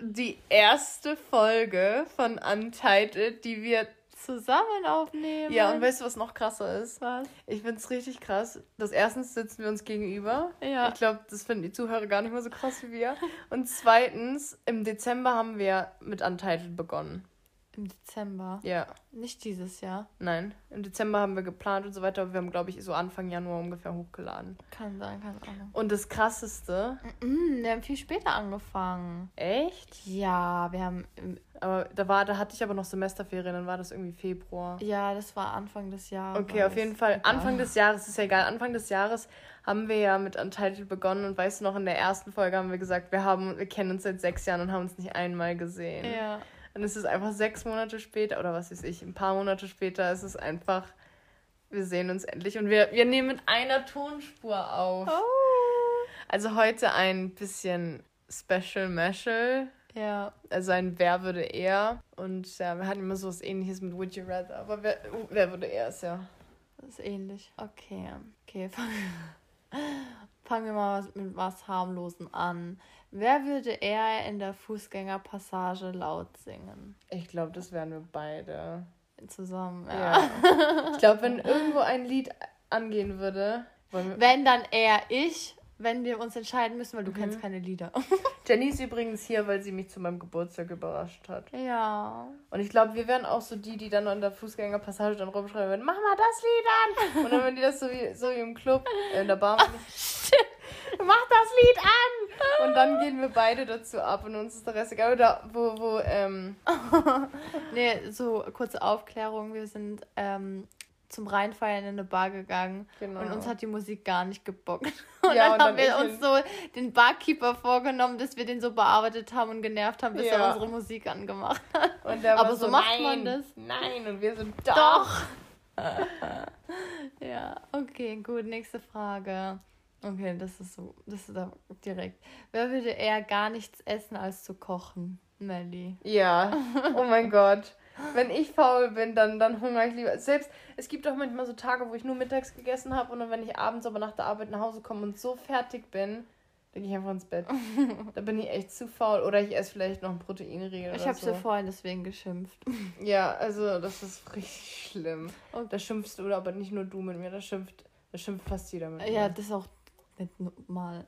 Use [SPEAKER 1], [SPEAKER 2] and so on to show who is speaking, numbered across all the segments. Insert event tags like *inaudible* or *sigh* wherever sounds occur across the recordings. [SPEAKER 1] die erste Folge von Untitled, die wir
[SPEAKER 2] Zusammen aufnehmen.
[SPEAKER 1] Ja, und weißt du, was noch krasser ist?
[SPEAKER 2] was?
[SPEAKER 1] Ich find's richtig krass. Das erstens sitzen wir uns gegenüber.
[SPEAKER 2] Ja.
[SPEAKER 1] Ich glaube, das finden die Zuhörer gar nicht mehr so krass wie wir. Und zweitens, im Dezember haben wir mit Untitled begonnen.
[SPEAKER 2] Im Dezember.
[SPEAKER 1] Ja.
[SPEAKER 2] Nicht dieses Jahr.
[SPEAKER 1] Nein. Im Dezember haben wir geplant und so weiter. Wir haben, glaube ich, so Anfang Januar ungefähr hochgeladen.
[SPEAKER 2] Kann sein, keine Ahnung.
[SPEAKER 1] Und das krasseste.
[SPEAKER 2] Mm, wir haben viel später angefangen.
[SPEAKER 1] Echt?
[SPEAKER 2] Ja, wir haben. im-
[SPEAKER 1] Aber da war, da hatte ich aber noch Semesterferien, dann war das irgendwie Februar.
[SPEAKER 2] Ja, das war Anfang des Ah. Jahres.
[SPEAKER 1] Okay, auf jeden Fall.
[SPEAKER 2] Ja.
[SPEAKER 1] Anfang des Jahres ist ja egal. Anfang des Jahres haben wir ja mit Untitled begonnen und weißt du noch, in der ersten Folge haben wir gesagt, wir haben, wir kennen uns seit sechs Jahren und haben uns nicht einmal gesehen.
[SPEAKER 2] Ja.
[SPEAKER 1] Und es ist einfach sechs Monate später, oder was weiß ich, ein paar Monate später ist es einfach, wir sehen uns endlich und wir, wir nehmen mit einer Tonspur auf.
[SPEAKER 2] Oh.
[SPEAKER 1] Also heute ein bisschen Special Mashal.
[SPEAKER 2] Ja.
[SPEAKER 1] Also ein Wer würde eher. Und ja, wir hatten immer so was ähnliches mit Would You Rather. Aber wer, oh, wer würde eher ist ja.
[SPEAKER 2] Das ist ähnlich. Okay. Okay, *laughs* fangen fangen wir mal was- mit was harmlosen an. Wer würde eher in der Fußgängerpassage laut singen?
[SPEAKER 1] Ich glaube, das wären wir beide.
[SPEAKER 2] Zusammen. Ja.
[SPEAKER 1] Ja. Ich glaube, wenn irgendwo ein Lied angehen würde. Wollen wir
[SPEAKER 2] Wenn dann eher ich, wenn wir uns entscheiden müssen,
[SPEAKER 1] Mhm.
[SPEAKER 2] weil du kennst keine Lieder. *laughs*
[SPEAKER 1] Jenny ist übrigens hier, weil sie mich zu meinem Geburtstag überrascht hat.
[SPEAKER 2] ja.
[SPEAKER 1] Und ich glaube, wir wären auch so die, die dann an der Fußgängerpassage dann rumschreien würden, mach mal das Lied an! Und dann würden die das so wie, so wie im Club, äh, in der Bar machen. mach das Lied an! Und dann gehen wir beide dazu ab und uns ist der Rest egal. Oder wo, wo, ähm,
[SPEAKER 2] Nee, so kurze Aufklärung. Wir sind ähm, zum Reinfeiern in eine Bar gegangen
[SPEAKER 1] Genau.
[SPEAKER 2] und uns hat die Musik gar nicht gebockt. *laughs* Und
[SPEAKER 1] Ja,
[SPEAKER 2] dann
[SPEAKER 1] und dann
[SPEAKER 2] haben wir
[SPEAKER 1] ich
[SPEAKER 2] uns so den Barkeeper vorgenommen, dass wir den so bearbeitet haben und genervt haben, bis er
[SPEAKER 1] Ja.
[SPEAKER 2] unsere Musik angemacht hat.
[SPEAKER 1] und der
[SPEAKER 2] Aber
[SPEAKER 1] war
[SPEAKER 2] so macht
[SPEAKER 1] nein,
[SPEAKER 2] man das.
[SPEAKER 1] Nein, und wir sind doch.
[SPEAKER 2] *laughs* ja, okay, gut. Nächste Frage. Okay, das ist so, das ist da direkt. Wer würde eher gar nichts essen als zu kochen? Melly.
[SPEAKER 1] Ja,
[SPEAKER 2] *laughs*
[SPEAKER 1] oh mein Gott. Wenn ich faul bin, dann, dann hungere ich lieber. Selbst, es gibt auch manchmal so Tage, wo ich nur mittags gegessen habe und dann, wenn ich abends aber nach der Arbeit nach Hause komme und so fertig bin, dann gehe ich einfach ins
[SPEAKER 2] *laughs*
[SPEAKER 1] Bett. da bin ich echt zu faul. Oder ich esse vielleicht noch einen Proteinriegel
[SPEAKER 2] Ich
[SPEAKER 1] oder
[SPEAKER 2] habe
[SPEAKER 1] so.
[SPEAKER 2] sie vorhin deswegen geschimpft.
[SPEAKER 1] Ja, also das ist richtig schlimm.
[SPEAKER 2] Okay.
[SPEAKER 1] Da schimpfst du, aber nicht nur du mit mir, da schimpft, da schimpft fast jeder mit mir.
[SPEAKER 2] Ja, das ist auch nicht normal.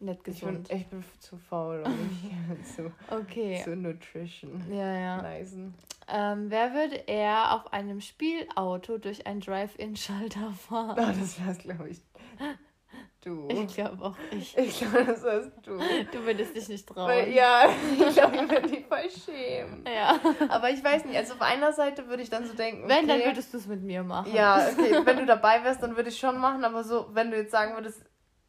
[SPEAKER 2] Nicht
[SPEAKER 1] Mhm. ich bin,
[SPEAKER 2] gesund.
[SPEAKER 1] ich bin zu faul, um mich *laughs* zu,
[SPEAKER 2] Okay.
[SPEAKER 1] zu Nutrition.
[SPEAKER 2] Ja, ja.
[SPEAKER 1] Leisen.
[SPEAKER 2] Ähm, wer würde eher auf einem Spielauto durch einen Drive-In-Schalter *laughs*
[SPEAKER 1] *laughs*
[SPEAKER 2] fahren?
[SPEAKER 1] Oh, das wär's, glaube ich. Du.
[SPEAKER 2] Ich glaube auch
[SPEAKER 1] *laughs*
[SPEAKER 2] ich.
[SPEAKER 1] Ich glaube, das warst du.
[SPEAKER 2] Du würdest dich nicht trauen.
[SPEAKER 1] Weil, ja, *laughs* ich glaube, ich würde mich voll schämen.
[SPEAKER 2] Ja.
[SPEAKER 1] Aber ich weiß nicht, also auf einer Seite würde ich dann so denken, okay,
[SPEAKER 2] Wenn, dann würdest du es mit mir machen.
[SPEAKER 1] Ja, okay, wenn du dabei wärst, dann würde ich schon machen, aber so, wenn du jetzt sagen würdest,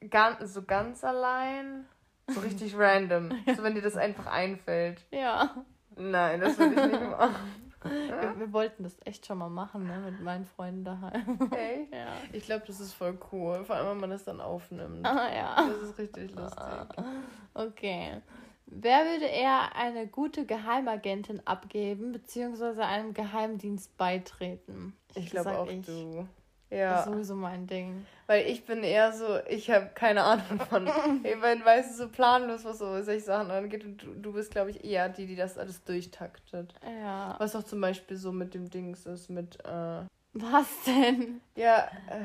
[SPEAKER 1] ganz, so ganz allein, so *laughs* richtig random, so wenn dir das einfach einfällt.
[SPEAKER 2] Ja.
[SPEAKER 1] Nein, das würde ich nicht *laughs* machen.
[SPEAKER 2] Wir, wir wollten das echt schon mal machen, ne? Mit meinen Freunden daheim.
[SPEAKER 1] Okay.
[SPEAKER 2] Ja.
[SPEAKER 1] Ich glaube, das ist voll cool, vor allem, wenn man das dann aufnimmt.
[SPEAKER 2] *laughs* Ah ja.
[SPEAKER 1] Das ist richtig lustig.
[SPEAKER 2] Okay. Wer würde eher eine gute Geheimagentin abgeben, beziehungsweise einem Geheimdienst beitreten?
[SPEAKER 1] Ich glaube
[SPEAKER 2] sag
[SPEAKER 1] auch
[SPEAKER 2] ich.
[SPEAKER 1] du.
[SPEAKER 2] Das
[SPEAKER 1] Ja.
[SPEAKER 2] ist sowieso mein Ding.
[SPEAKER 1] Weil ich bin eher so, ich habe keine Ahnung von. ich bin, weißt du, so planlos, was so solche Sachen angeht. Und du, du bist, glaube ich, eher die, die das alles durchtaktet.
[SPEAKER 2] Ja.
[SPEAKER 1] Was auch zum Beispiel so mit dem Dings ist, mit, äh,
[SPEAKER 2] Was denn?
[SPEAKER 1] ja, äh,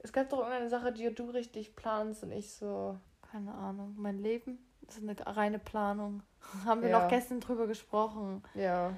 [SPEAKER 1] es gab doch irgendeine Sache, die du richtig planst und ich so.
[SPEAKER 2] Keine Ahnung. Mein Leben ist eine reine Planung. *laughs* Haben wir
[SPEAKER 1] Ja.
[SPEAKER 2] noch gestern drüber gesprochen.
[SPEAKER 1] Ja.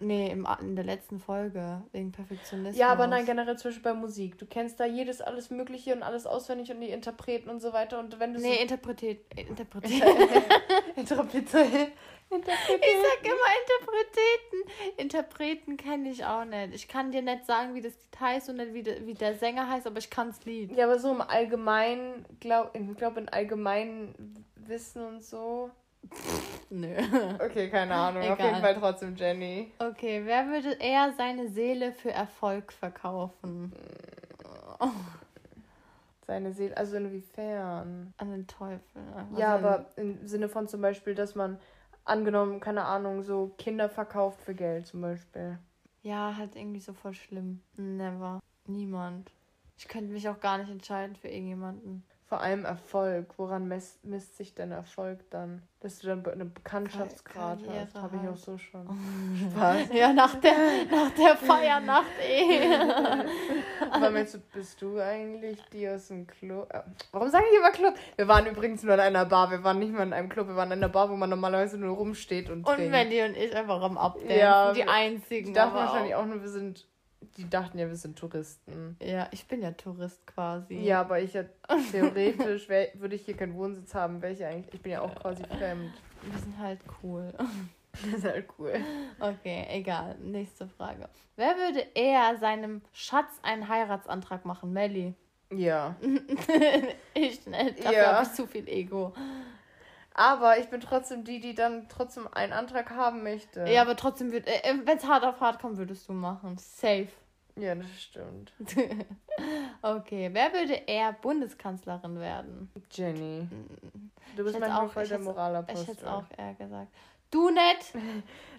[SPEAKER 2] Nee, im, in der letzten Folge, wegen Perfektionismus.
[SPEAKER 1] Ja, aber nein, generell zum Beispiel bei Musik. Du kennst da jedes alles Mögliche und alles auswendig und die Interpreten und so weiter. Und wenn du *laughs*
[SPEAKER 2] Nee, interpretiert. Interpretiert.
[SPEAKER 1] so Interpretieren.
[SPEAKER 2] Ich sag immer Interpreteten. Interpreten kenne ich auch nicht. Ich kann dir nicht sagen, wie das Lied heißt und nicht wie, de, wie der Sänger heißt, aber ich kann das Lied.
[SPEAKER 1] Ja, aber so im Allgemeinen, glaub, ich glaube, in allgemeinen Wissen und so.
[SPEAKER 2] Nö. *laughs*
[SPEAKER 1] Okay, keine Ahnung. Auf
[SPEAKER 2] Egal.
[SPEAKER 1] jeden Fall trotzdem Jenny.
[SPEAKER 2] Okay, wer würde eher seine Seele für Erfolg verkaufen?
[SPEAKER 1] Seine Seele, also inwiefern?
[SPEAKER 2] An den Teufel.
[SPEAKER 1] ja,
[SPEAKER 2] Also-
[SPEAKER 1] aber im Sinne von zum Beispiel, dass man angenommen, keine Ahnung, so Kinder verkauft für Geld zum Beispiel.
[SPEAKER 2] Ja, halt irgendwie so voll schlimm. Never. Niemand. Ich könnte mich auch gar nicht entscheiden für irgendjemanden.
[SPEAKER 1] Vor allem Erfolg. Woran mess, misst sich denn Erfolg dann? Dass du dann be- einen Bekanntschaftsgrad
[SPEAKER 2] Karriere
[SPEAKER 1] hast. Habe ich
[SPEAKER 2] halt.
[SPEAKER 1] auch so schon. Spaß.
[SPEAKER 2] Ja, nach der, nach der Feiernacht
[SPEAKER 1] *laughs*
[SPEAKER 2] eh.
[SPEAKER 1] Aber meinst du, bist du eigentlich die aus dem Club? Äh, Warum sage ich immer Club? Wir waren übrigens nur in einer Bar. Wir waren nicht mal in einem Club. Wir waren in einer Bar, wo man normalerweise nur rumsteht und,
[SPEAKER 2] Und
[SPEAKER 1] trinkt.
[SPEAKER 2] Melly und ich einfach am Update.
[SPEAKER 1] Ja,
[SPEAKER 2] die einzigen.
[SPEAKER 1] Die dachten
[SPEAKER 2] aber
[SPEAKER 1] wahrscheinlich auch nur, wir sind. Die dachten ja, wir sind Touristen.
[SPEAKER 2] Ja, ich bin ja Tourist quasi.
[SPEAKER 1] Ja, aber ich ja theoretisch wär, würde ich hier keinen Wohnsitz haben, welche eigentlich. Ich bin ja auch quasi fremd.
[SPEAKER 2] *laughs* Wir sind halt cool. *laughs*
[SPEAKER 1] Das ist halt cool.
[SPEAKER 2] Okay, egal. Nächste Frage. Wer würde eher seinem Schatz einen Heiratsantrag machen? Melly.
[SPEAKER 1] Ja.
[SPEAKER 2] ich nicht. Dafür
[SPEAKER 1] Ja.
[SPEAKER 2] habe ich zu viel Ego.
[SPEAKER 1] Aber ich bin trotzdem die, die dann trotzdem einen Antrag haben möchte.
[SPEAKER 2] Ja, aber trotzdem, würd- äh, wenn es hart auf hart kommt, würdest du machen. Safe.
[SPEAKER 1] Ja, das stimmt.
[SPEAKER 2] okay, wer würde eher Bundeskanzlerin werden?
[SPEAKER 1] Jenny. Du
[SPEAKER 2] Mm. Ich
[SPEAKER 1] bist
[SPEAKER 2] hätte
[SPEAKER 1] manchmal
[SPEAKER 2] auch-
[SPEAKER 1] voll
[SPEAKER 2] ich
[SPEAKER 1] der
[SPEAKER 2] hätte-
[SPEAKER 1] Moralapostel.
[SPEAKER 2] Ich hätte es auch eher gesagt.
[SPEAKER 1] *laughs*
[SPEAKER 2] Du nicht?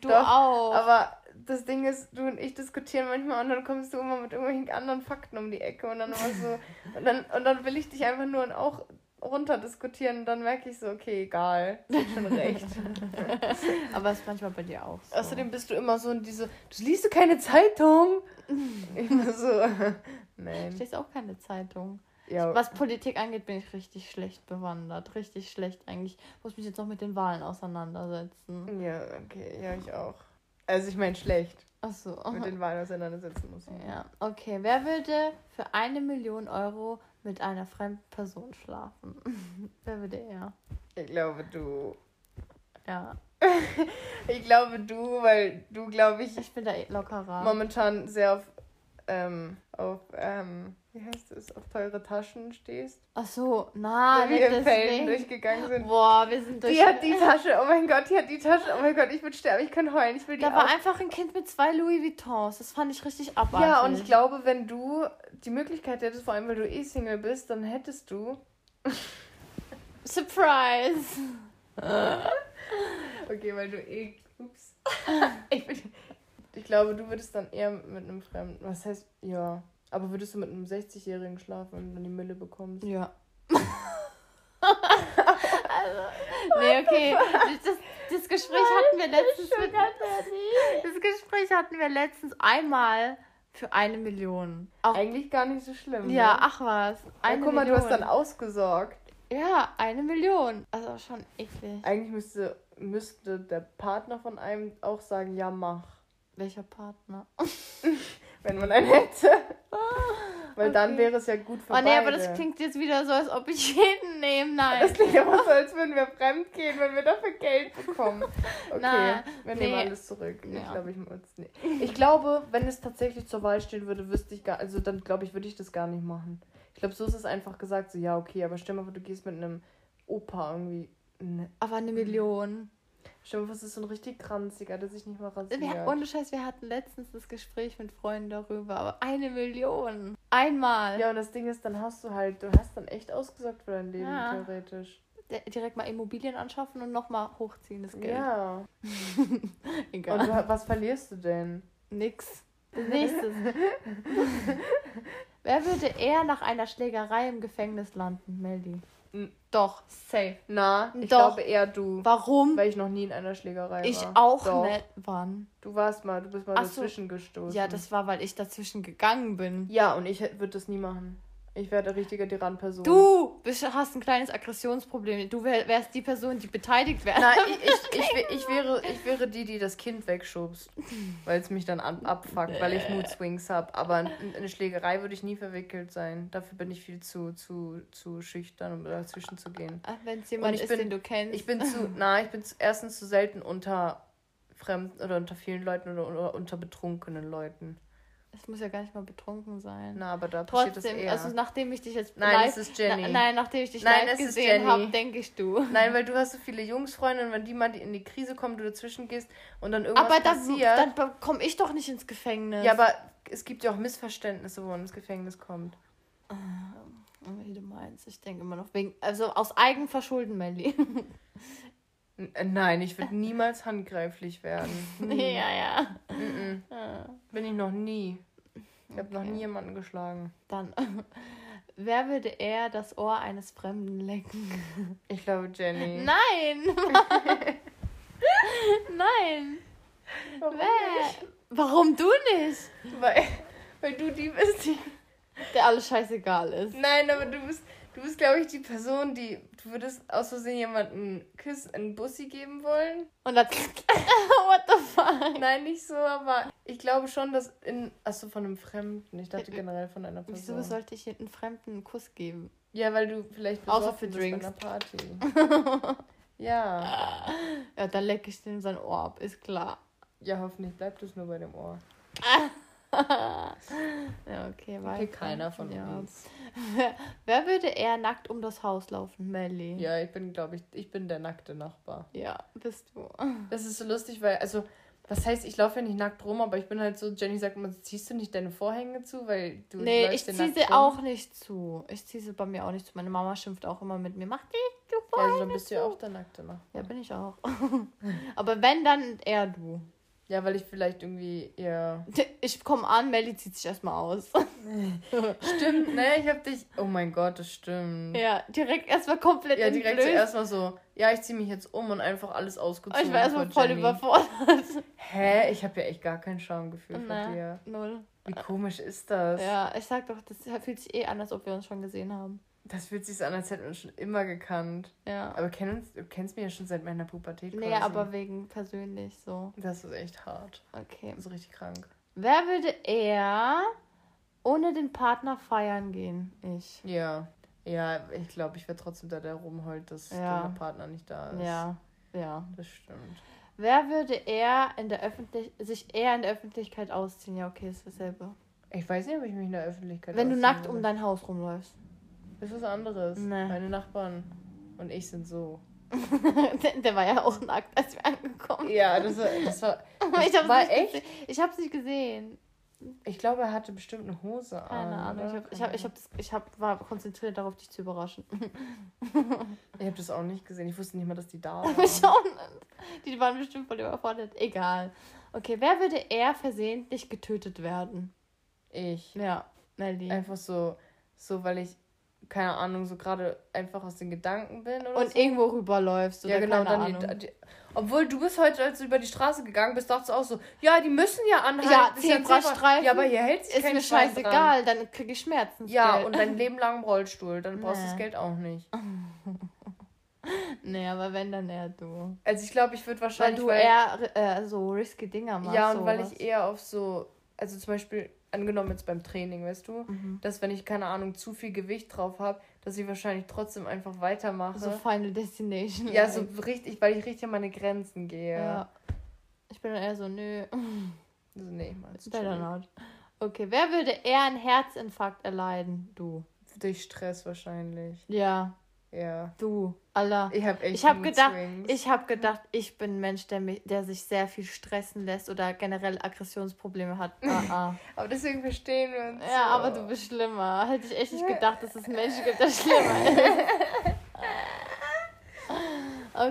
[SPEAKER 2] Du
[SPEAKER 1] Doch,
[SPEAKER 2] auch.
[SPEAKER 1] Aber das Ding ist, du und ich diskutieren manchmal und dann kommst du immer mit irgendwelchen anderen Fakten um die Ecke und dann immer so. und, dann, und dann will ich dich einfach nur und auch runter diskutieren und dann merke ich so, okay, egal. Sie hat schon recht.
[SPEAKER 2] Aber es ist manchmal bei dir auch so.
[SPEAKER 1] Außerdem bist du immer so in diese, du liest du keine *laughs* Zeitung? immer so. *laughs*
[SPEAKER 2] Ich
[SPEAKER 1] Nein.
[SPEAKER 2] lese auch keine Zeitung.
[SPEAKER 1] Ja,
[SPEAKER 2] Was Politik angeht, bin ich richtig schlecht bewandert. Richtig schlecht eigentlich. Muss mich jetzt noch mit den Wahlen auseinandersetzen.
[SPEAKER 1] ja, okay, ja, ich auch. Also ich meine schlecht,
[SPEAKER 2] Achso.
[SPEAKER 1] mit den Wahlen auseinandersetzen muss.
[SPEAKER 2] Ja, okay. Wer würde für eine Million Euro mit einer fremden Person schlafen? *laughs* Wer würde er?
[SPEAKER 1] Ich glaube du.
[SPEAKER 2] Ja.
[SPEAKER 1] Ich glaube du, weil du, glaube ich,
[SPEAKER 2] Ich bin da eh lockerer.
[SPEAKER 1] momentan sehr auf, ähm, auf, ähm, wie heißt es, auf teure Taschen stehst.
[SPEAKER 2] Ach so,
[SPEAKER 1] Ah,
[SPEAKER 2] na,
[SPEAKER 1] wie
[SPEAKER 2] nicht
[SPEAKER 1] wir in Fällen
[SPEAKER 2] deswegen.
[SPEAKER 1] durchgegangen sind.
[SPEAKER 2] Boah, wir sind *laughs* durch.
[SPEAKER 1] Die hat die Tasche, oh mein Gott, die hat die Tasche, oh mein Gott, ich würde sterben, ich kann heulen, ich will die
[SPEAKER 2] da war
[SPEAKER 1] auch.
[SPEAKER 2] einfach ein Kind mit zwei Louis Vuittons. Das fand ich richtig abartig.
[SPEAKER 1] Ja, und ich glaube, wenn du die Möglichkeit hättest, vor allem weil du eh Single bist, dann hättest du.
[SPEAKER 2] Surprise!
[SPEAKER 1] Okay, weil du eh.
[SPEAKER 2] *laughs*
[SPEAKER 1] Ups. ich, bin, ich glaube, du würdest dann eher mit einem Fremden. Was heißt, ja. Aber würdest du mit einem 60-Jährigen schlafen, wenn du dann die Mille bekommst?
[SPEAKER 2] Ja. also, nee, okay. Das, das Gespräch hatten wir letztens. Mit,
[SPEAKER 1] halt
[SPEAKER 2] das Gespräch hatten wir letztens einmal für eine Million. Auch,
[SPEAKER 1] Eigentlich gar nicht so schlimm.
[SPEAKER 2] ja,
[SPEAKER 1] ne?
[SPEAKER 2] ach was.
[SPEAKER 1] Ja,
[SPEAKER 2] Eine
[SPEAKER 1] guck mal,
[SPEAKER 2] Million.
[SPEAKER 1] du hast dann ausgesorgt.
[SPEAKER 2] Ja, eine Million. Also schon eklig.
[SPEAKER 1] Eigentlich müsste, müsste der Partner von einem auch sagen, ja, mach.
[SPEAKER 2] Welcher Partner?
[SPEAKER 1] Wenn man einen hätte. Weil dann
[SPEAKER 2] Okay.
[SPEAKER 1] wäre es ja gut für
[SPEAKER 2] Oh nee,
[SPEAKER 1] beide.
[SPEAKER 2] aber das klingt jetzt wieder so, als ob ich jeden nehme.
[SPEAKER 1] Das
[SPEAKER 2] Nein.
[SPEAKER 1] klingt aber so, als würden wir fremd gehen, wenn wir dafür Geld *laughs* bekommen. Okay,
[SPEAKER 2] Na,
[SPEAKER 1] wir
[SPEAKER 2] nee.
[SPEAKER 1] nehmen alles zurück. Ich
[SPEAKER 2] Ja.
[SPEAKER 1] glaube, ich muss nee. *laughs* Ich glaube, wenn es tatsächlich zur Wahl stehen würde, wüsste ich gar, also dann glaube ich, würde ich das gar nicht machen. Ich glaube, so ist es einfach gesagt, so ja, okay, aber stell mal vor, du gehst mit einem Opa irgendwie. Ne.
[SPEAKER 2] Aber eine Million.
[SPEAKER 1] Stell mal vor, es ist so ein richtig kranziger, der sich nicht mal rasiert.
[SPEAKER 2] Wir, ohne Scheiß, wir hatten letztens das Gespräch mit Freunden darüber, aber eine Million. Einmal.
[SPEAKER 1] Ja, und das Ding ist, dann hast du halt, du hast dann echt ausgesagt für dein Leben,
[SPEAKER 2] Ja.
[SPEAKER 1] theoretisch.
[SPEAKER 2] D- Direkt mal Immobilien anschaffen und nochmal hochziehen, das Geld.
[SPEAKER 1] Ja. Und
[SPEAKER 2] *laughs* Egal.
[SPEAKER 1] du, was verlierst du denn?
[SPEAKER 2] Nix.
[SPEAKER 1] *laughs*
[SPEAKER 2] Nächstes. Wer würde eher nach einer Schlägerei im Gefängnis landen, Meldi?
[SPEAKER 1] N-
[SPEAKER 2] Doch, safe.
[SPEAKER 1] Na, ich
[SPEAKER 2] Doch.
[SPEAKER 1] glaube eher du.
[SPEAKER 2] Warum?
[SPEAKER 1] Weil ich noch nie in einer Schlägerei
[SPEAKER 2] Ich
[SPEAKER 1] war.
[SPEAKER 2] auch
[SPEAKER 1] Doch.
[SPEAKER 2] nicht. Wann?
[SPEAKER 1] Du warst mal, du bist mal
[SPEAKER 2] Ach so.
[SPEAKER 1] dazwischen gestoßen.
[SPEAKER 2] Ja, das war, weil ich dazwischen gegangen bin.
[SPEAKER 1] Ja, und ich würde das nie machen. Ich wäre eine richtige Tyrann-Person.
[SPEAKER 2] Du bist, hast ein kleines Aggressionsproblem. Du wär, wärst die Person, die beteiligt wäre. *laughs*
[SPEAKER 1] Nein, ich, ich, ich, wär- ich, wäre, ich wäre die, die das Kind wegschubst, weil es mich dann an, abfuckt, weil ich Moodswings habe. Aber in eine Schlägerei würde ich nie verwickelt sein. Dafür bin ich viel zu, zu, zu schüchtern, um dazwischen zu gehen.
[SPEAKER 2] Wenn es jemand
[SPEAKER 1] ich
[SPEAKER 2] ist,
[SPEAKER 1] bin-
[SPEAKER 2] den du kennst.
[SPEAKER 1] Ich bin
[SPEAKER 2] *laughs*
[SPEAKER 1] zu, na, ich bin zu, erstens zu selten unter fremden oder unter vielen Leuten oder, oder unter betrunkenen Leuten.
[SPEAKER 2] es muss ja gar nicht mal betrunken sein.
[SPEAKER 1] Na, aber da passiert
[SPEAKER 2] Trotzdem,
[SPEAKER 1] das eher.
[SPEAKER 2] also nachdem ich dich jetzt
[SPEAKER 1] Nein,
[SPEAKER 2] live,
[SPEAKER 1] es ist Jenny.
[SPEAKER 2] Na, nein, nachdem ich dich
[SPEAKER 1] Nein,
[SPEAKER 2] live
[SPEAKER 1] es ist
[SPEAKER 2] gesehen
[SPEAKER 1] Jenny.
[SPEAKER 2] habe, denke ich du.
[SPEAKER 1] Nein, weil du hast so viele Jungsfreunde und wenn die mal in die Krise kommen, du dazwischen gehst und dann irgendwas
[SPEAKER 2] Aber dann,
[SPEAKER 1] passiert.
[SPEAKER 2] dann komme ich doch nicht ins Gefängnis.
[SPEAKER 1] ja, aber es gibt ja auch Missverständnisse, wo man ins Gefängnis kommt.
[SPEAKER 2] Oh, Wie du meinst, ich denke immer noch wegen, also aus Eigenverschulden, Melli.
[SPEAKER 1] N äh, nein, ich würde niemals handgreiflich
[SPEAKER 2] *laughs*
[SPEAKER 1] werden.
[SPEAKER 2] ja, ja.
[SPEAKER 1] Mm -mm. Bin ich noch nie. Ich habe noch
[SPEAKER 2] Ah. Okay.
[SPEAKER 1] nie jemanden geschlagen.
[SPEAKER 2] Dann, *laughs* Wer würde eher das Ohr eines Fremden lecken?
[SPEAKER 1] Ich glaube Jenny.
[SPEAKER 2] Nein! *laughs* Nein!
[SPEAKER 1] Warum
[SPEAKER 2] Wer? Warum du nicht?
[SPEAKER 1] nicht? Weil, weil du die bist, die. *laughs*
[SPEAKER 2] Der alles scheißegal ist.
[SPEAKER 1] Nein, aber du bist, du bist, glaube ich, die Person, die. Du würdest aus Versehen jemanden Küss, einen Bussi geben wollen.
[SPEAKER 2] Und dann. *laughs* What the fuck?
[SPEAKER 1] Nein, nicht so, aber ich glaube schon, dass in. Achso, von einem Fremden. Ich dachte generell von einer Person.
[SPEAKER 2] Äh, Wieso sollte ich einen Fremden einen Kuss geben?
[SPEAKER 1] Ja, weil du vielleicht
[SPEAKER 2] Außer
[SPEAKER 1] besoffen
[SPEAKER 2] für
[SPEAKER 1] bist
[SPEAKER 2] Drinks.
[SPEAKER 1] bei einer Party.
[SPEAKER 2] *laughs*
[SPEAKER 1] ja.
[SPEAKER 2] Ja, dann Äh, lecke ich dem sein Ohr ab, ist klar.
[SPEAKER 1] Ja, hoffentlich bleibt es nur bei dem Ohr.
[SPEAKER 2] Ja, okay, weiter.
[SPEAKER 1] Okay, keiner von
[SPEAKER 2] ja.
[SPEAKER 1] uns.
[SPEAKER 2] Wer würde eher nackt um das Haus laufen? Melly.
[SPEAKER 1] Ja, ich bin, glaube ich, ich bin der nackte Nachbar.
[SPEAKER 2] Ja, bist du.
[SPEAKER 1] Das ist so lustig, weil, also, was heißt, ich laufe ja nicht nackt rum, aber ich bin halt so, Jenny sagt immer, ziehst du nicht deine Vorhänge zu, weil du
[SPEAKER 2] *laughs* nee,
[SPEAKER 1] läufst
[SPEAKER 2] ich
[SPEAKER 1] ja also
[SPEAKER 2] ziehe
[SPEAKER 1] nackt
[SPEAKER 2] sie
[SPEAKER 1] rum.
[SPEAKER 2] auch nicht zu. Ich ziehe sie bei mir auch nicht zu. Meine Mama schimpft auch immer mit mir. Mach die, du
[SPEAKER 1] Ja,
[SPEAKER 2] Vorhänge
[SPEAKER 1] also dann bist du ja
[SPEAKER 2] zu.
[SPEAKER 1] auch der nackte Nachbar.
[SPEAKER 2] Ja, bin ich auch. *laughs* Aber wenn, dann eher du. *laughs*
[SPEAKER 1] Ja, weil ich vielleicht irgendwie eher...
[SPEAKER 2] Ich komme an, Melly zieht sich erstmal aus. *laughs*
[SPEAKER 1] Stimmt, ne, ich hab dich... Oh mein Gott, das stimmt. Ja,
[SPEAKER 2] ja, direkt erstmal komplett ja,
[SPEAKER 1] direkt so erstmal so, ja, ich zieh mich jetzt um und einfach alles ausgezogen.
[SPEAKER 2] Ich war erstmal
[SPEAKER 1] vor
[SPEAKER 2] voll
[SPEAKER 1] Jenny.
[SPEAKER 2] überfordert. *laughs*
[SPEAKER 1] Hä, ich habe ja echt gar kein Schamgefühl
[SPEAKER 2] Na,
[SPEAKER 1] von dir.
[SPEAKER 2] Null.
[SPEAKER 1] Wie komisch ist das?
[SPEAKER 2] Ja, ich sag doch, das fühlt sich eh an, als ob wir uns schon gesehen haben.
[SPEAKER 1] Das fühlt sich so an, als hätten wir uns schon immer gekannt.
[SPEAKER 2] Ja.
[SPEAKER 1] Aber kenn uns, du kennst mich ja schon seit meiner Pubertät.
[SPEAKER 2] Nee,
[SPEAKER 1] quasi.
[SPEAKER 2] aber wegen persönlich so.
[SPEAKER 1] Das ist echt hart.
[SPEAKER 2] Okay.
[SPEAKER 1] Das ist richtig krank.
[SPEAKER 2] Wer würde eher ohne den Partner feiern gehen? Ich.
[SPEAKER 1] Ja. Ja, ich glaube, ich wäre trotzdem da, der rumheult, dass
[SPEAKER 2] Ja.
[SPEAKER 1] der Partner nicht da ist.
[SPEAKER 2] Ja. Ja.
[SPEAKER 1] Das stimmt.
[SPEAKER 2] Wer würde eher in der Öffentlich sich eher in der Öffentlichkeit ausziehen? Ja, okay, ist dasselbe.
[SPEAKER 1] Ich weiß nicht, ob ich mich in der Öffentlichkeit.
[SPEAKER 2] Wenn du
[SPEAKER 1] ausziehen
[SPEAKER 2] nackt
[SPEAKER 1] würde.
[SPEAKER 2] um dein Haus rumläufst. *laughs*
[SPEAKER 1] Das ist was anderes.
[SPEAKER 2] Nee.
[SPEAKER 1] Meine Nachbarn und ich sind
[SPEAKER 2] *laughs*
[SPEAKER 1] so.
[SPEAKER 2] der, der war ja auch nackt, als wir angekommen
[SPEAKER 1] Ja, das war. Das war
[SPEAKER 2] sind. ich hab's
[SPEAKER 1] war
[SPEAKER 2] nicht
[SPEAKER 1] echt?
[SPEAKER 2] Gesehen. Ich hab's nicht gesehen.
[SPEAKER 1] ich glaube, er hatte bestimmt eine Hose an.
[SPEAKER 2] Keine Ahnung. Ich,
[SPEAKER 1] oder?
[SPEAKER 2] hab, ich, hab, ich, hab das, ich hab, war konzentriert darauf, dich zu überraschen.
[SPEAKER 1] Ich hab das auch nicht gesehen. Ich wusste nicht mal, dass die
[SPEAKER 2] *laughs*
[SPEAKER 1] da
[SPEAKER 2] Ich
[SPEAKER 1] waren.
[SPEAKER 2] auch nicht. Die waren bestimmt voll überfordert. Egal. Okay, wer würde eher versehentlich getötet werden?
[SPEAKER 1] ich.
[SPEAKER 2] Ja, Melly.
[SPEAKER 1] Einfach so, so weil ich, keine Ahnung, so gerade einfach aus den Gedanken bin oder
[SPEAKER 2] Und
[SPEAKER 1] so.
[SPEAKER 2] irgendwo rüberläufst oder
[SPEAKER 1] ja, genau,
[SPEAKER 2] ne, keine
[SPEAKER 1] dann
[SPEAKER 2] Ahnung.
[SPEAKER 1] die, die, Obwohl du bist heute, als du über die Straße gegangen bist, dachtest du auch so, ja, die müssen ja anhalten.
[SPEAKER 2] Ja,
[SPEAKER 1] das ist ein
[SPEAKER 2] Zebrastreifen.
[SPEAKER 1] Zebra- Ja, aber hier hält sich
[SPEAKER 2] ist
[SPEAKER 1] kein
[SPEAKER 2] mir
[SPEAKER 1] Schwein Dran.
[SPEAKER 2] scheißegal, dann kriege ich Schmerzen.
[SPEAKER 1] Ja, und dein Leben lang einen Rollstuhl,
[SPEAKER 2] *laughs*
[SPEAKER 1] dann brauchst du
[SPEAKER 2] Nee.
[SPEAKER 1] das Geld auch nicht.
[SPEAKER 2] *laughs* Nee, aber wenn, dann eher du.
[SPEAKER 1] Also ich glaube, ich würde
[SPEAKER 2] Weil
[SPEAKER 1] wahrscheinlich.
[SPEAKER 2] du eher äh, so risky Dinger machst.
[SPEAKER 1] ja, und weil
[SPEAKER 2] sowas.
[SPEAKER 1] ich eh- eher auf so, also zum Beispiel, angenommen jetzt beim Training, weißt du,
[SPEAKER 2] Mhm.
[SPEAKER 1] dass wenn ich, keine Ahnung, zu viel Gewicht drauf habe, dass ich wahrscheinlich trotzdem einfach weitermache.
[SPEAKER 2] So Final Destination.
[SPEAKER 1] ja, so richtig, weil ich richtig an meine Grenzen gehe.
[SPEAKER 2] Ja. Ich bin dann eher
[SPEAKER 1] *laughs*
[SPEAKER 2] so, nö.
[SPEAKER 1] Also, nee, ich mein's
[SPEAKER 2] Better not. Okay, wer würde eher einen Herzinfarkt erleiden? Du.
[SPEAKER 1] Durch Stress wahrscheinlich.
[SPEAKER 2] Ja,
[SPEAKER 1] Ja.
[SPEAKER 2] du. Allah.
[SPEAKER 1] Ich habe echt
[SPEAKER 2] Ich habe
[SPEAKER 1] Mood
[SPEAKER 2] gedacht,
[SPEAKER 1] Swings.
[SPEAKER 2] ich habe gedacht, ich bin ein Mensch, der, mich, der sich sehr viel stressen lässt oder generell Aggressionsprobleme hat. Ah, ah.
[SPEAKER 1] Aber deswegen verstehen wir uns.
[SPEAKER 2] *laughs* Ja, aber du bist schlimmer. Hätte ich echt nicht gedacht, dass es Menschen gibt, der *laughs* schlimmer ist.